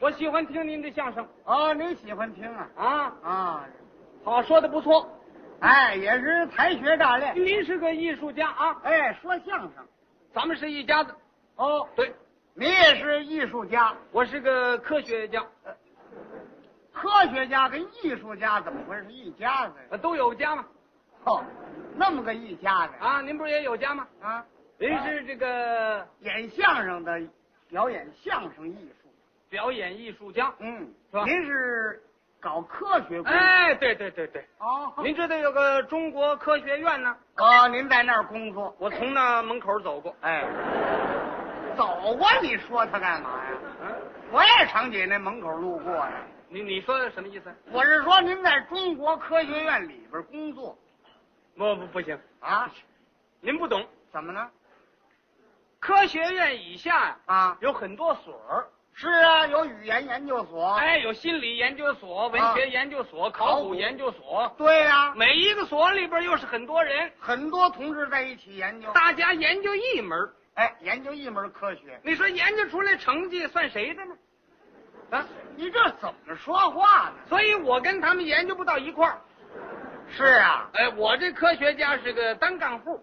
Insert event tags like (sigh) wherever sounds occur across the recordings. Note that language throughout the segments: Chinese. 我喜欢听您的相声哦，你喜欢听啊？啊，啊，好说的不错。哎，也是才学炸裂。您是个艺术家啊，哎，说相声，咱们是一家子。哦，对，你也是艺术家，我是个科学家，科学家跟艺术家怎么会是一家子呀？呃都有家嘛。哦，那么个一家子呀啊，您不是也有家吗？啊！您是这个演相声的，表演相声艺术，表演艺术家。嗯，是吧您是搞科学工作？哎，对对对对，哦，您知道有个中国科学院呢，哦，您在那儿工作？我从那门口走过。哎，走啊！你说他干嘛呀？嗯，我也常姐那门口路过呀。你你说的什么意思？我是说，您在中国科学院里边工作不不不行，啊？您不懂，怎么呢？科学院以下呀啊，有很多所儿，是啊，有语言研究所。，哎，有心理研究所、文学研究所、啊考古研究所，对呀、每一个所里边又是很多人，很多同志在一起研究。大家研究一门儿，哎，研究一门科学，你说研究出来成绩算谁的呢？啊，你这怎么说话呢？所以我跟他们研究不到一块儿。是啊，哎，我这科学家是个单干户，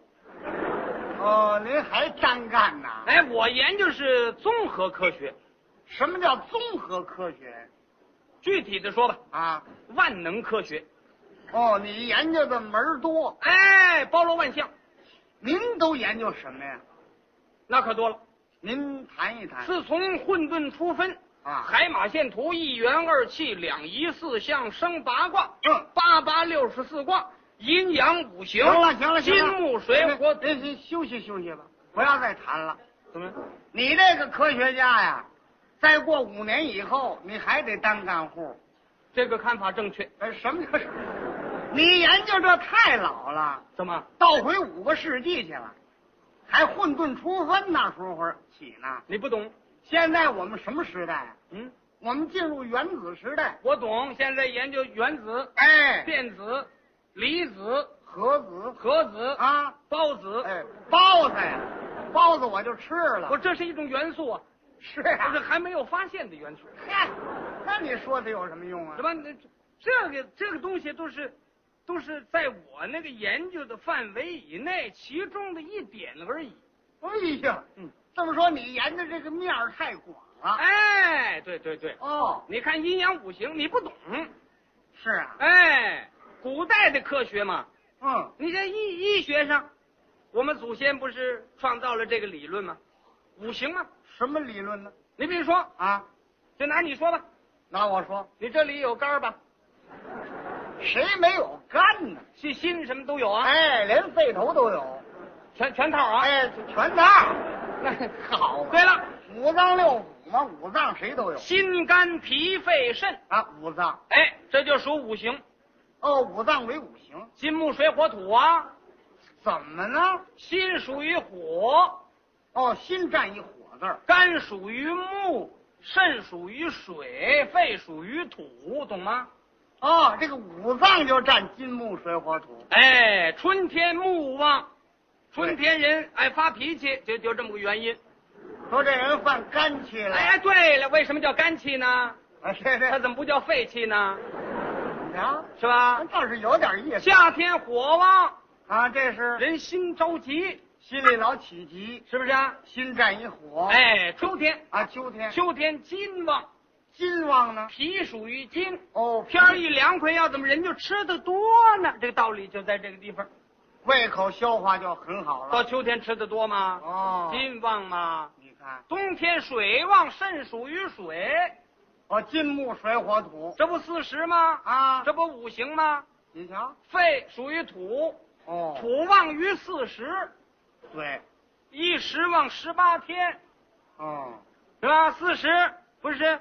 哦，您还单干呐？哎，我研究是综合科学，什么叫综合科学具体的说吧，啊？万能科学，哦，你研究的门儿多，哎，包罗万象，您都研究什么呀？那可多了。您谈一谈。自从混沌初分啊海马线图一元二气两仪四象生八卦，嗯八八六十四卦，阴阳五行。行了行了行了，哎金木水火土。别别休息休息吧，不要再谈了。怎么？你这个科学家呀，再过五年以后，你还得当干户。这个看法正确？呃，什么叫？你研究这太老了，怎么？倒回五个世纪去了，还混沌初分那时候起呢。你不懂？现在我们什么时代啊？嗯，我们进入原子时代。我懂。现在研究原子、哎，电子、离子、核子核子、啊，孢子。哎，包子呀，包子我就吃了。我这是一种元素啊，是这是啊，还没有发现的元素，嗨，那你说它有什么用啊是？吧？那这这个这个东西都是都是在我那个研究的范围以内，其中的一点而已。哎呀，嗯，这么说你研的这个面儿太广了。哎，对对对，啊哦，你看阴阳五行，你不懂。是啊，哎，古代的科学嘛，嗯，你在医医学上，我们祖先不是创造了这个理论吗？五行嘛，什么理论呢？你比如说，啊，就拿你说吧，那我说，你这里有肝儿吧，谁没有肝呢？心心什么都有啊，哎，连肺头都有，全全套啊。哎，全套。那好啊对了，五脏六腑嘛，五脏谁都有心肝脾肺肾，啊。五脏，哎，这就属五行，哦，五脏为五行，金木水火土啊。怎么呢？心属于火，哦，心占一火字儿。肝属于木，肾属于水，肺属于土，懂吗？哦，这个五脏就占金木水火土。哎，春天木旺，春天人爱发脾气，就就这么个原因。说这人犯肝气了，哎，对了，为什么叫肝气呢？哎，这它这怎么不叫肺气呢？啊，是吧？倒是有点意思夏天火旺，啊。这是人心着急，心里老起急，是不是啊？心占一火。哎，秋天，啊，秋天秋天金旺，金旺呢？脾属于金，哦，天儿一凉快，要怎么人就吃的多呢？这个道理就在这个地方。胃口消化就很好到了。秋天吃的多吗？哦，金旺吗？你看，冬天水旺，肾属于水，哦，金木水火土这不四时吗？啊这，不五行吗？你瞧，肺属于土，哦，土旺于四时，对，一时旺十八天，哦是吧？四时不是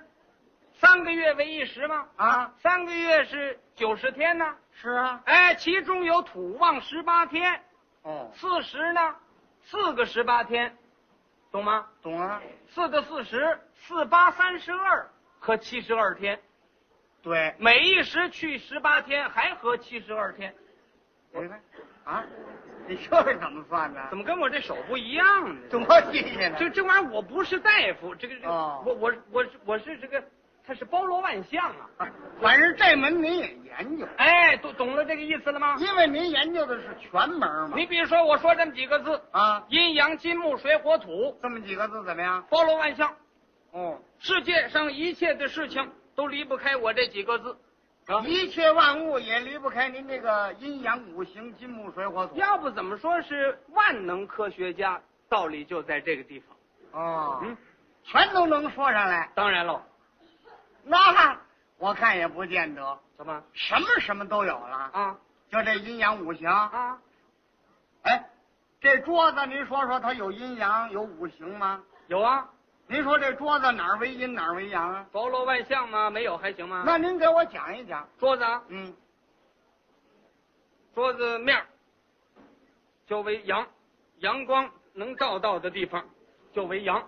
三个月为一时吗？啊，三个月是九十天呢。是啊，哎，其中有土旺十八天，哦，四时呢，四个十八天，懂吗？懂了，四个四十，四八三十二，合七十二天。对，每一时去十八天，还合七十二天，你看啊，你这是怎么算的？怎么跟我这手不一样呢？多新鲜呢！这这玩意儿我不是大夫，这个、这个哦我我我是我是这个它是包罗万象啊。反正这门您也研究，哎，懂懂了这个意思了吗？因为您研究的是全门嘛。你比如说，我说这么几个字：啊，阴阳、金木、水火土，这么几个字怎么样？包罗万象。哦，世界上一切的事情都离不开我这几个字。啊一切万物也离不开您这个阴阳五行金木水火土。要不怎么说是万能科学家？道理就在这个地方。哦，嗯，全都能说上来。当然喽。那我看也不见得，怎么？什么什么都有了，啊就这阴阳五行。啊，哎，这桌子您说说它有阴阳有五行吗？有啊，您说这桌子哪儿为阴哪儿为阳啊？包罗万象吗？没有还行吗？那您给我讲一讲。桌子啊，嗯，桌子面儿就为阳，阳光能照到的地方就为阳。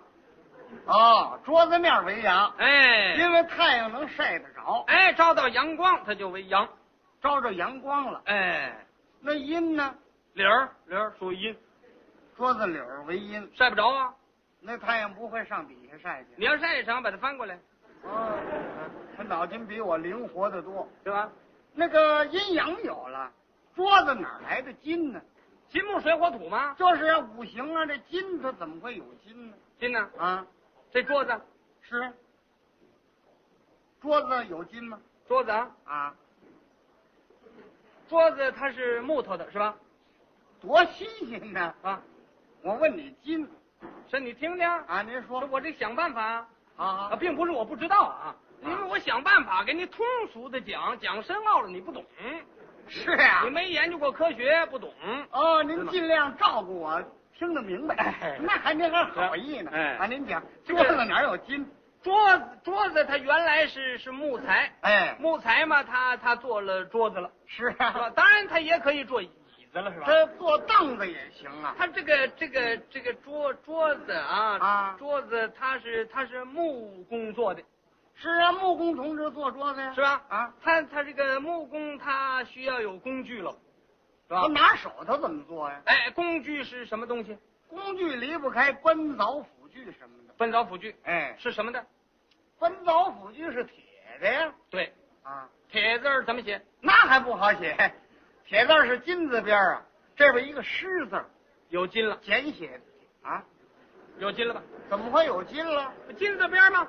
哦，桌子面为阳，哎因为太阳能晒得着，哎，照到阳光它就为阳。照着阳光了。哎，那阴呢？理儿理儿属阴，桌子柳儿为阴，晒不着啊。那太阳不会上底下晒去。你要晒一场，把它翻过来，哦，他脑筋比我灵活得多。对吧？那个阴阳有了，桌子哪儿来的金呢？金木水火土吗？就是啊五行啊，这金它怎么会有金呢？金呢？啊，这桌子，是。啊桌子有金吗？桌子啊，啊，桌子它是木头的，是吧？多新鲜呢！啊，我问你金是你听听啊，啊，您说我这想办法啊，啊啊，并不是我不知道啊，因为我想办法给你通俗的讲，讲深奥了你不懂，是啊你，没研究过科学不懂。哦，您尽量照顾我，听得明白哎，那还您还好意呢。哎啊，您讲这桌个子哪儿有金？桌子桌子它原来是是木材，哎，木材嘛，它它做了桌子了，是是吧？啊，当然它也可以做椅子了，是吧？这坐凳子也行啊。它这个这个这个桌桌子啊，啊桌子它是它是木工做的，是啊，木工同志坐桌子呀。是吧？啊，它它这个木工它需要有工具了，是吧他？拿手他怎么做呀？哎，工具是什么东西？工具离不开关凿斧锯什么的。奔凿斧锯哎，是什么的？关凿斧锯是铁的呀。对，啊，铁字儿怎么写？那还不好写， (laughs) 铁字儿是金字边儿啊，这边一个狮字儿，有金了，简写的啊，有金了吧？怎么会有金了？金字边儿吗？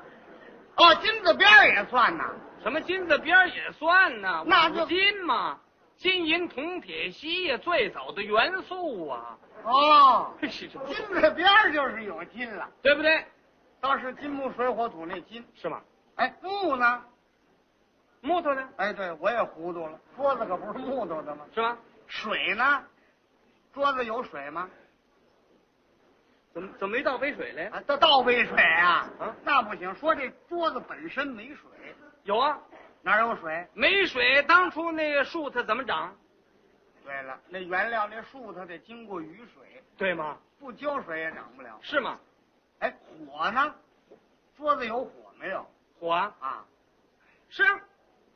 哦，金字边儿也算呐。什么金字边儿也算呐？那就五金嘛，金银铜铁锡呀，最早的元素啊， (laughs) 哦，是金字边儿就是有金了，对不对？倒是金木水火土那金。是吗？哎，木呢？木头呢？哎，对，我也糊涂了，桌子可不是木头的吗？是吗？水呢？桌子有水吗？怎么怎么没倒杯水来呀？啊，这倒杯水啊？啊那不行，说这桌子本身没水，有啊，哪有水？没水，当初那个树它怎么长？对了，那原料那树它得经过雨水，对吗？不浇水也长不了。是吗？哎，火呢？桌子有火没有？火啊，啊，是啊，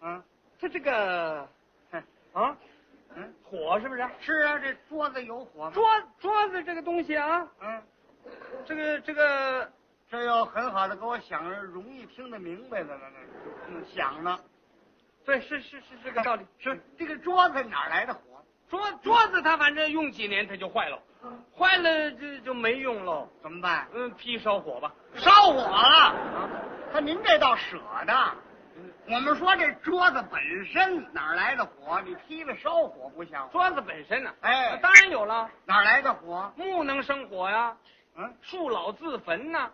嗯，它这个哼啊，嗯，火是不是？是啊，这桌子有火吗？桌桌子这个东西啊，嗯，这个这个这要很好的给我想容易听得明白的了呢，嗯，想呢，对，是是是这个道理。是这个桌子哪儿来的火？桌桌子它反正用几年它就坏了，坏了就就没用喽。怎么办？嗯，劈烧火吧。烧火了。啊，可您这倒舍得。我们说这桌子本身哪儿来的火？你劈了烧火不像话。桌子本身呢、哎当然有了，哪儿来的火？木能生火呀、嗯，树老自焚呐、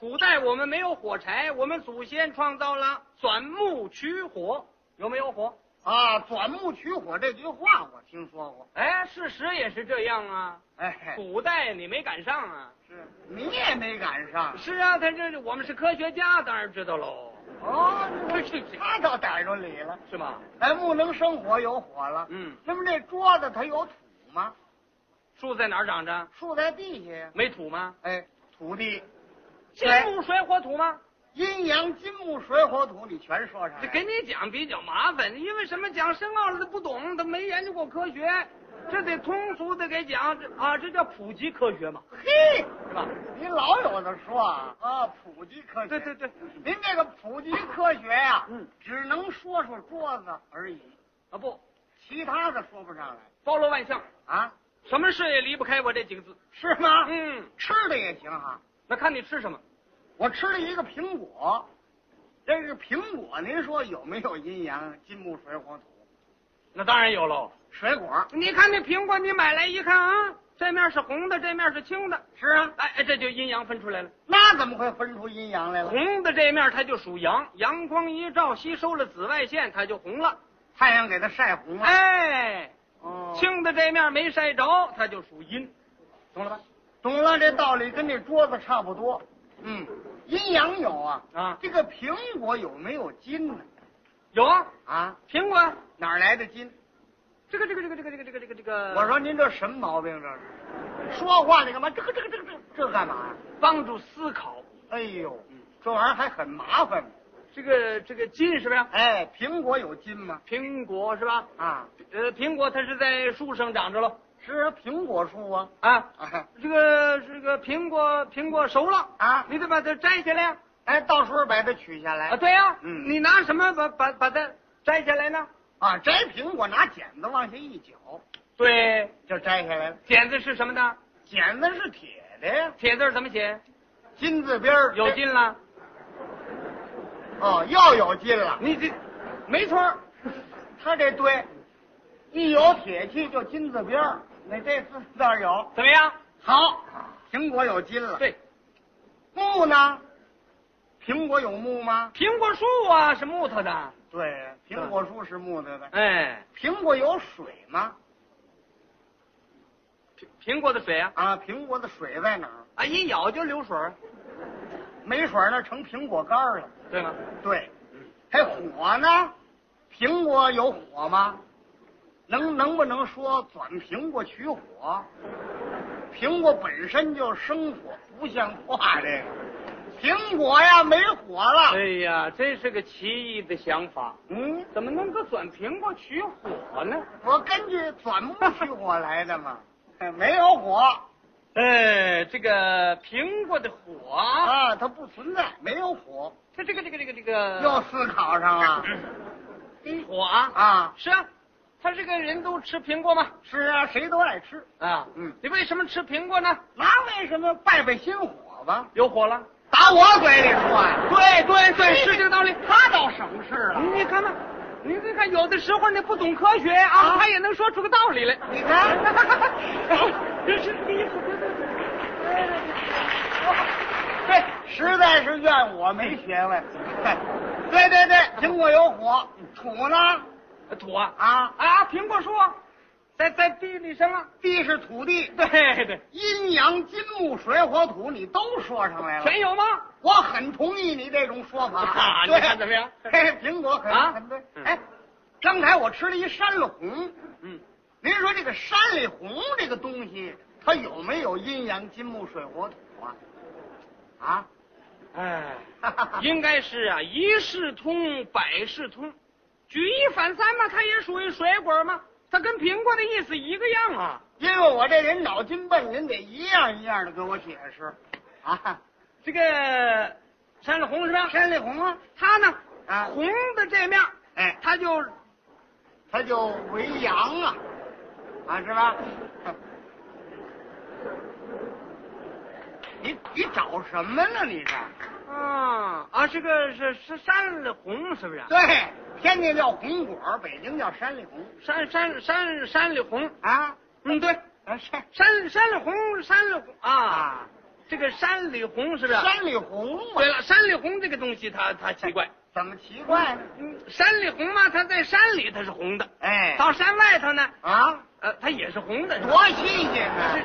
古代我们没有火柴，我们祖先创造了钻木取火，有没有火？啊，钻木取火这句话我听说过。哎，事实也是这样啊。哎，古代你没赶上啊。是你也没赶上。是啊，他这我们是科学家，当然知道喽， (laughs) 哦，你是是他倒逮着理了。是吧？哎，木能生火，有火了。嗯，那么这桌子它有土吗？树在哪儿长着？树在地下呀。没土吗？哎，土地，金对木水火土吗？阴阳金木水火土，你全说上来这了。给你讲比较麻烦，因为什么讲深奥了他不懂，他没研究过科学，这得通俗的给讲，这啊，这叫普及科学嘛，嘿，是吧？您老有的说啊，啊，普及科学。对对对，您这个普及科学呀、嗯只能说说桌子而已，啊不，其他的说不上来包罗万象，啊，什么事也离不开我这几个字。是吗？嗯，吃的也行哈、那看你吃什么。我吃了一个苹果，这个苹果您说有没有阴阳金木水火土？那当然有喽。水果你看那苹果，你买来一看啊，这面是红的，这面是青的，是啊，哎哎，这就阴阳分出来了。那怎么会分出阴阳来了？红的这面它就属阳，阳光一照，吸收了紫外线，它就红了。太阳给它晒红了。哎，哦青的这面没晒着，它就属阴，懂了吧？懂了，这道理跟这桌子差不多。嗯，阴阳有啊，啊，这个苹果有没有金呢？有啊，啊，苹果啊，哪儿来的金？这个这个这个这个这个这个这个这个，我说您这什么毛病这是？呃 (laughs) 说话你干嘛？这个这个这个这个这干嘛呀？帮助思考，哎呦，这玩意儿还很麻烦呢。这个这个金是不是？哎，苹果有金吗？苹果是吧？啊，呃，苹果它是在树上长着喽，是啊，苹果树啊。啊，啊这个这个苹果苹果熟了，啊，你得把它摘下来呀、哎，到时候把它取下来啊，对呀、嗯你拿什么把把把它摘下来呢？啊，摘苹果拿剪子往下一绞对，就摘下来了。剪子是什么呢？剪子是铁的呀，铁字怎么写？金字边儿有金了，哦，要有金了。你这没错儿，他这对，一有铁器就金字边儿。那这次倒是有怎么样？好，苹果有金了。对，木呢？苹果有木吗？苹果树啊是木头的，对，苹果树是木头的。哎，苹果有水吗？苹苹果的水啊，啊，苹果的水在哪儿？啊一咬就流水儿，没水儿那成苹果干儿了。对吗？对，还火呢？苹果有火吗？能能不能说转苹果取火？苹果本身就生火，不像话这个。苹果呀，没火哎了。呀，真是个奇异的想法，嗯，怎么能够转苹果取火呢？我根据钻木取火来的嘛，没有火哎，这个苹果的火啊，啊，它不存在，没有火，它这个这个这个这个又思考上了火啊啊。是啊，他这个人都吃苹果嘛是啊，谁都爱吃，啊，嗯你为什么吃苹果呢？那为什么拜拜心火吧？有火了，哎打我嘴里说啊呀、对对对，是这个道理。他倒省事了。你看吧，你看看，有的时候你不懂科学啊，啊他也能说出个道理来。你看，真是厉害！这实在是怨我没学问。哎对对对，苹果有火，土呢？土啊啊，啊，苹果树啊，在在地里生啊。地是土地，对对，阴阳金木水火土，你都说上来了。 (laughs) 全有吗？我很同意你这种说啊法。你看怎么样嘿，苹果很啊很对。嗯哎，刚才我吃了一山里红，嗯，您说这个山里红这个东西，它有没有阴阳金木水火土啊？啊？ (laughs) 哎，应该是啊，一视通，百视通，举一反三嘛，它也属于水果嘛，它跟苹果的意思一个样啊。因为我这人脑筋笨，您得一样一样的给我解释。啊，这个山里红是吧？山里红啊，它呢，啊红的这面，哎，它就它就为阳啊，啊是吧？你你找什么呢？你这啊啊，这个是是山里红是不是？啊对，天津叫红果，北京叫山里红山山山山里红，啊，嗯对，啊山山山里红山里红啊，啊，这个山里红是不是？啊山里红嘛对，了，山里红这个东西它它奇怪。怎么奇怪呢？嗯，山里红嘛，它在山里它是红的，哎，到山外头呢，啊，呃，它也是红的。多新鲜呢！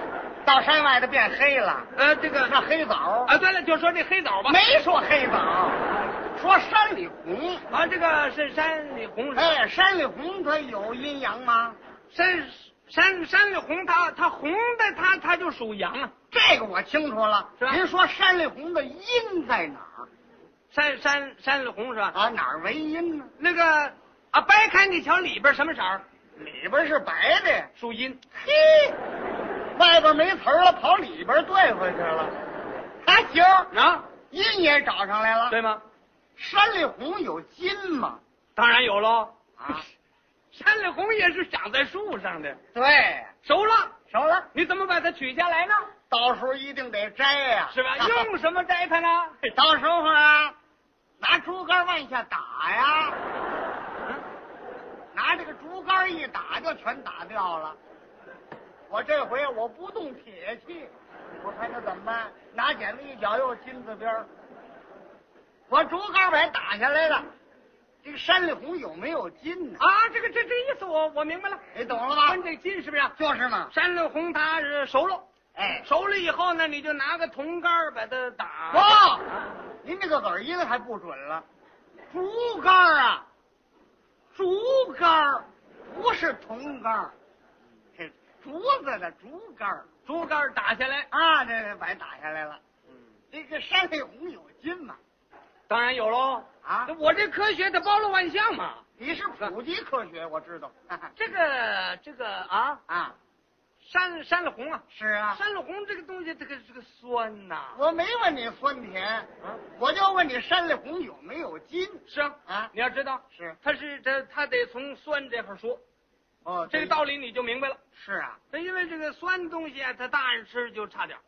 到山外头变黑了，呃，这个那黑枣儿啊，对了，就说这黑枣吧，没说黑枣，说山里红。啊，这个是山里红，哎，山里红它有阴阳吗？山山山里红，它它红的它它就属阳啊，这个我清楚了是。吧啊您说山里红的阴在哪儿啊山山山里红是吧？啊？哪儿为阴呢？那个啊，掰开你瞧里边什么色儿？里边是白的，属阴。嘿，外边没词儿了，跑里边对回去了，还行，啊，阴也找上来了。对吗？山里红有金嘛？当然有喽。啊， (laughs) 山里红也是长在树上的，对，熟了，熟了，你怎么把它取下来呢？到时候一定得摘呀、啊是吧？ (laughs) 用什么摘它呢？嘿到时候啊，拿竹竿往下打呀，嗯拿这个竹竿一打就全打掉了。我这回我不动铁器，我看他怎么办？拿剪子一绞，又金字边儿我竹竿把它打下来了，这个山里红有没有金呢？啊，这个这这意思我我明白了，你懂了关吧？这筋是不是？啊就是嘛，山里红它是熟了，哎，熟了以后呢，你就拿个铜杆儿把它打。啊不，您这个耳音还不准了，竹竿儿啊，竹竿儿不是铜竿儿，这竹子的竹竿儿竹竿儿打下来，啊，这这把打下来了。嗯这个山里红有金嘛？当然有喽。啊，我这科学它包罗万象嘛。你是普及科学，我知道。这个这个啊， (laughs) 啊，山山里红啊，是啊，山里红这个东西，这个这个酸呐、啊我没问你酸甜，我就问你山里红有没有金是啊，啊？你要知道，是它是它它得从酸这块说，哦，这个道理你就明白了。是啊，它因为这个酸东西啊，它大人吃就差点儿，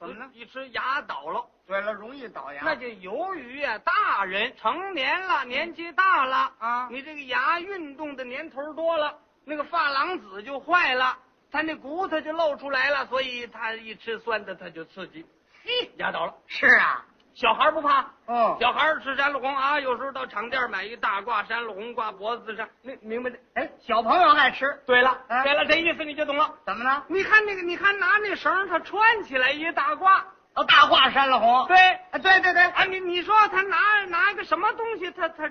呃怎么了？一吃牙倒了。对了，容易倒牙。嗯那就由于啊，大人成年了，年纪大了啊你这个牙运动的年头多了，那个珐琅质就坏了，他那骨头就露出来了，所以他一吃酸的他就刺激，嘿，牙倒了。是啊，小孩不怕，哦小孩吃山里红啊，有时候到厂店买一大挂山里红挂脖子上，那明白的。哎，小朋友爱吃，对了，啊对了，这意思你就懂了。怎么呢？你看那个，你看拿那绳儿它穿起来一大挂，哦，大话山了红。对，啊，对对对，啊，你你说他拿拿个什么东西，他他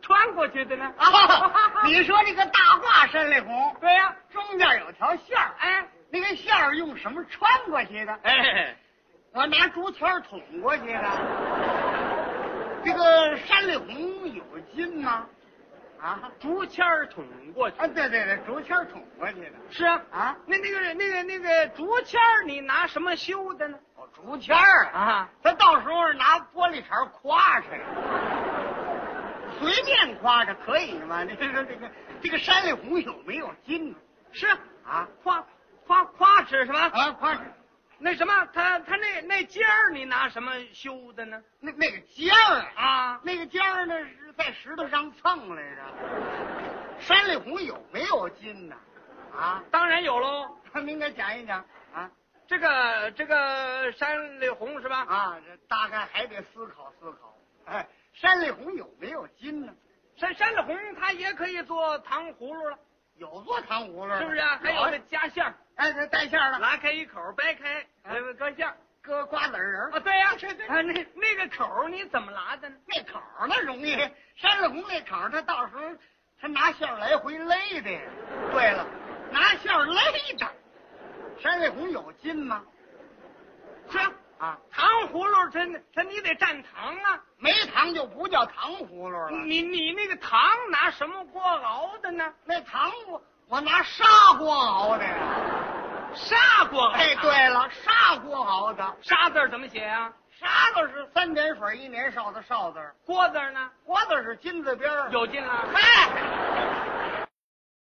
穿过去的呢？ (laughs) 啊， (laughs) 你说这个大话山里红，对呀、中间有条线儿，哎那个线儿用什么穿过去的？哎，我拿竹签捅过去的。这个山里红有筋吗？啊竹签儿捅过去。啊，对对对，竹签捅过去的。是啊，啊，那那个那个那个竹签儿，你拿什么修的呢？哦，竹签儿啊，啊，他到时候拿玻璃碴夸去，随便夸着可以吗？你说这个这个山里红有没有筋呢？是啊啊夸夸夸齿是吧？啊，夸着。那什么，他他那那尖儿，你拿什么修的呢？那那个尖儿啊，啊，那个尖儿呢是在石头上蹭来着。山里红有没有筋呢？啊，当然有喽。您给讲一讲啊这个这个山里红是吧？啊，这大概还得思考思考。哎，山里红有没有筋呢？山山里红它也可以做糖葫芦了，有做糖葫芦的是不是啊？还嗯有那的，夹馅儿，哎，这带馅儿的，拉开一口，掰开，啊外面搁馅儿。搁瓜子仁啊，儿，对呀、对对对啊，那那个口儿你怎么拉的呢？那口儿那容易。山里红那口儿，他到时候他拿馅儿来回勒的。对了，拿馅儿勒的。山里红有筋吗？是啊，啊，糖葫芦它它你得蘸糖啊，没糖就不叫糖葫芦了。你你那个糖拿什么锅熬的呢？那糖我我拿砂锅熬的呀。砂锅熬的。哎，对了，砂锅熬的，砂字儿怎么写啊？砂子是三点水一年少的少字儿，锅字儿呢？嗯锅子是金字边儿。哎有劲了。啊嗨，